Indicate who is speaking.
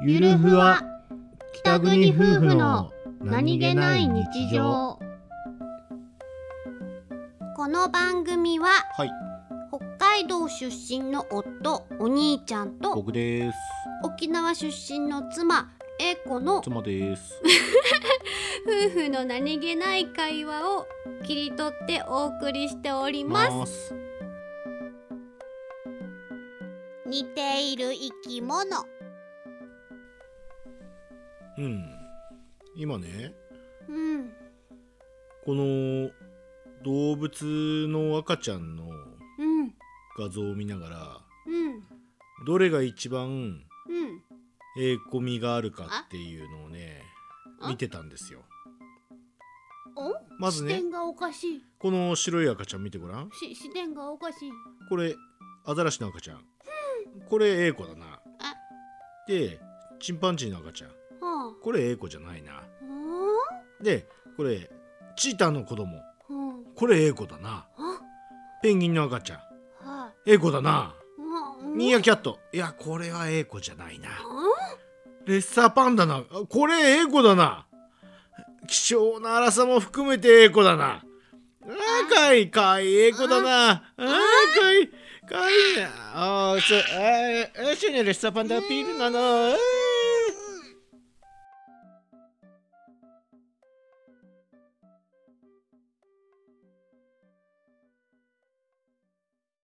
Speaker 1: ゆるふわ北国夫婦の
Speaker 2: この番組は
Speaker 1: はい
Speaker 2: 北海道出身の夫お兄ちゃんと
Speaker 1: 僕です
Speaker 2: 沖縄出身の妻英子の夫
Speaker 1: 妻です
Speaker 2: 婦の何気ない会話を切り取ってお送りしております
Speaker 1: す
Speaker 2: 似ている生き物
Speaker 1: うん今ね
Speaker 2: うん
Speaker 1: この動物の赤ちゃんの
Speaker 2: うん
Speaker 1: 画像を見ながら
Speaker 2: うん
Speaker 1: どれが一番
Speaker 2: うん
Speaker 1: ええコミがあるかっていうのをね
Speaker 2: あ
Speaker 1: 見てたんですよ
Speaker 2: お
Speaker 1: まず
Speaker 2: 視
Speaker 1: ね
Speaker 2: 点がおかしい
Speaker 1: この白い赤ちゃん見てごらん
Speaker 2: し視点がおかしい
Speaker 1: これアザラシの赤ちゃんこれエイコだな
Speaker 2: あ
Speaker 1: でチンパンジーの赤ちゃん
Speaker 2: は
Speaker 1: これエイコじゃないな
Speaker 2: あは
Speaker 1: でこれチーターの子供
Speaker 2: あうん
Speaker 1: これエイコだな
Speaker 2: あは
Speaker 1: ペンギンの赤ちゃん
Speaker 2: あ
Speaker 1: エイコだな
Speaker 2: うん
Speaker 1: ミーアキャットいやこれはエイコじゃないな
Speaker 2: う
Speaker 1: レッサーパンダなあこれエイコだな希少な荒さも含めてエイコだなあーかいかいエイコだなあーかいかいなあーそあー一緒にレッサーパンダアピールなのあー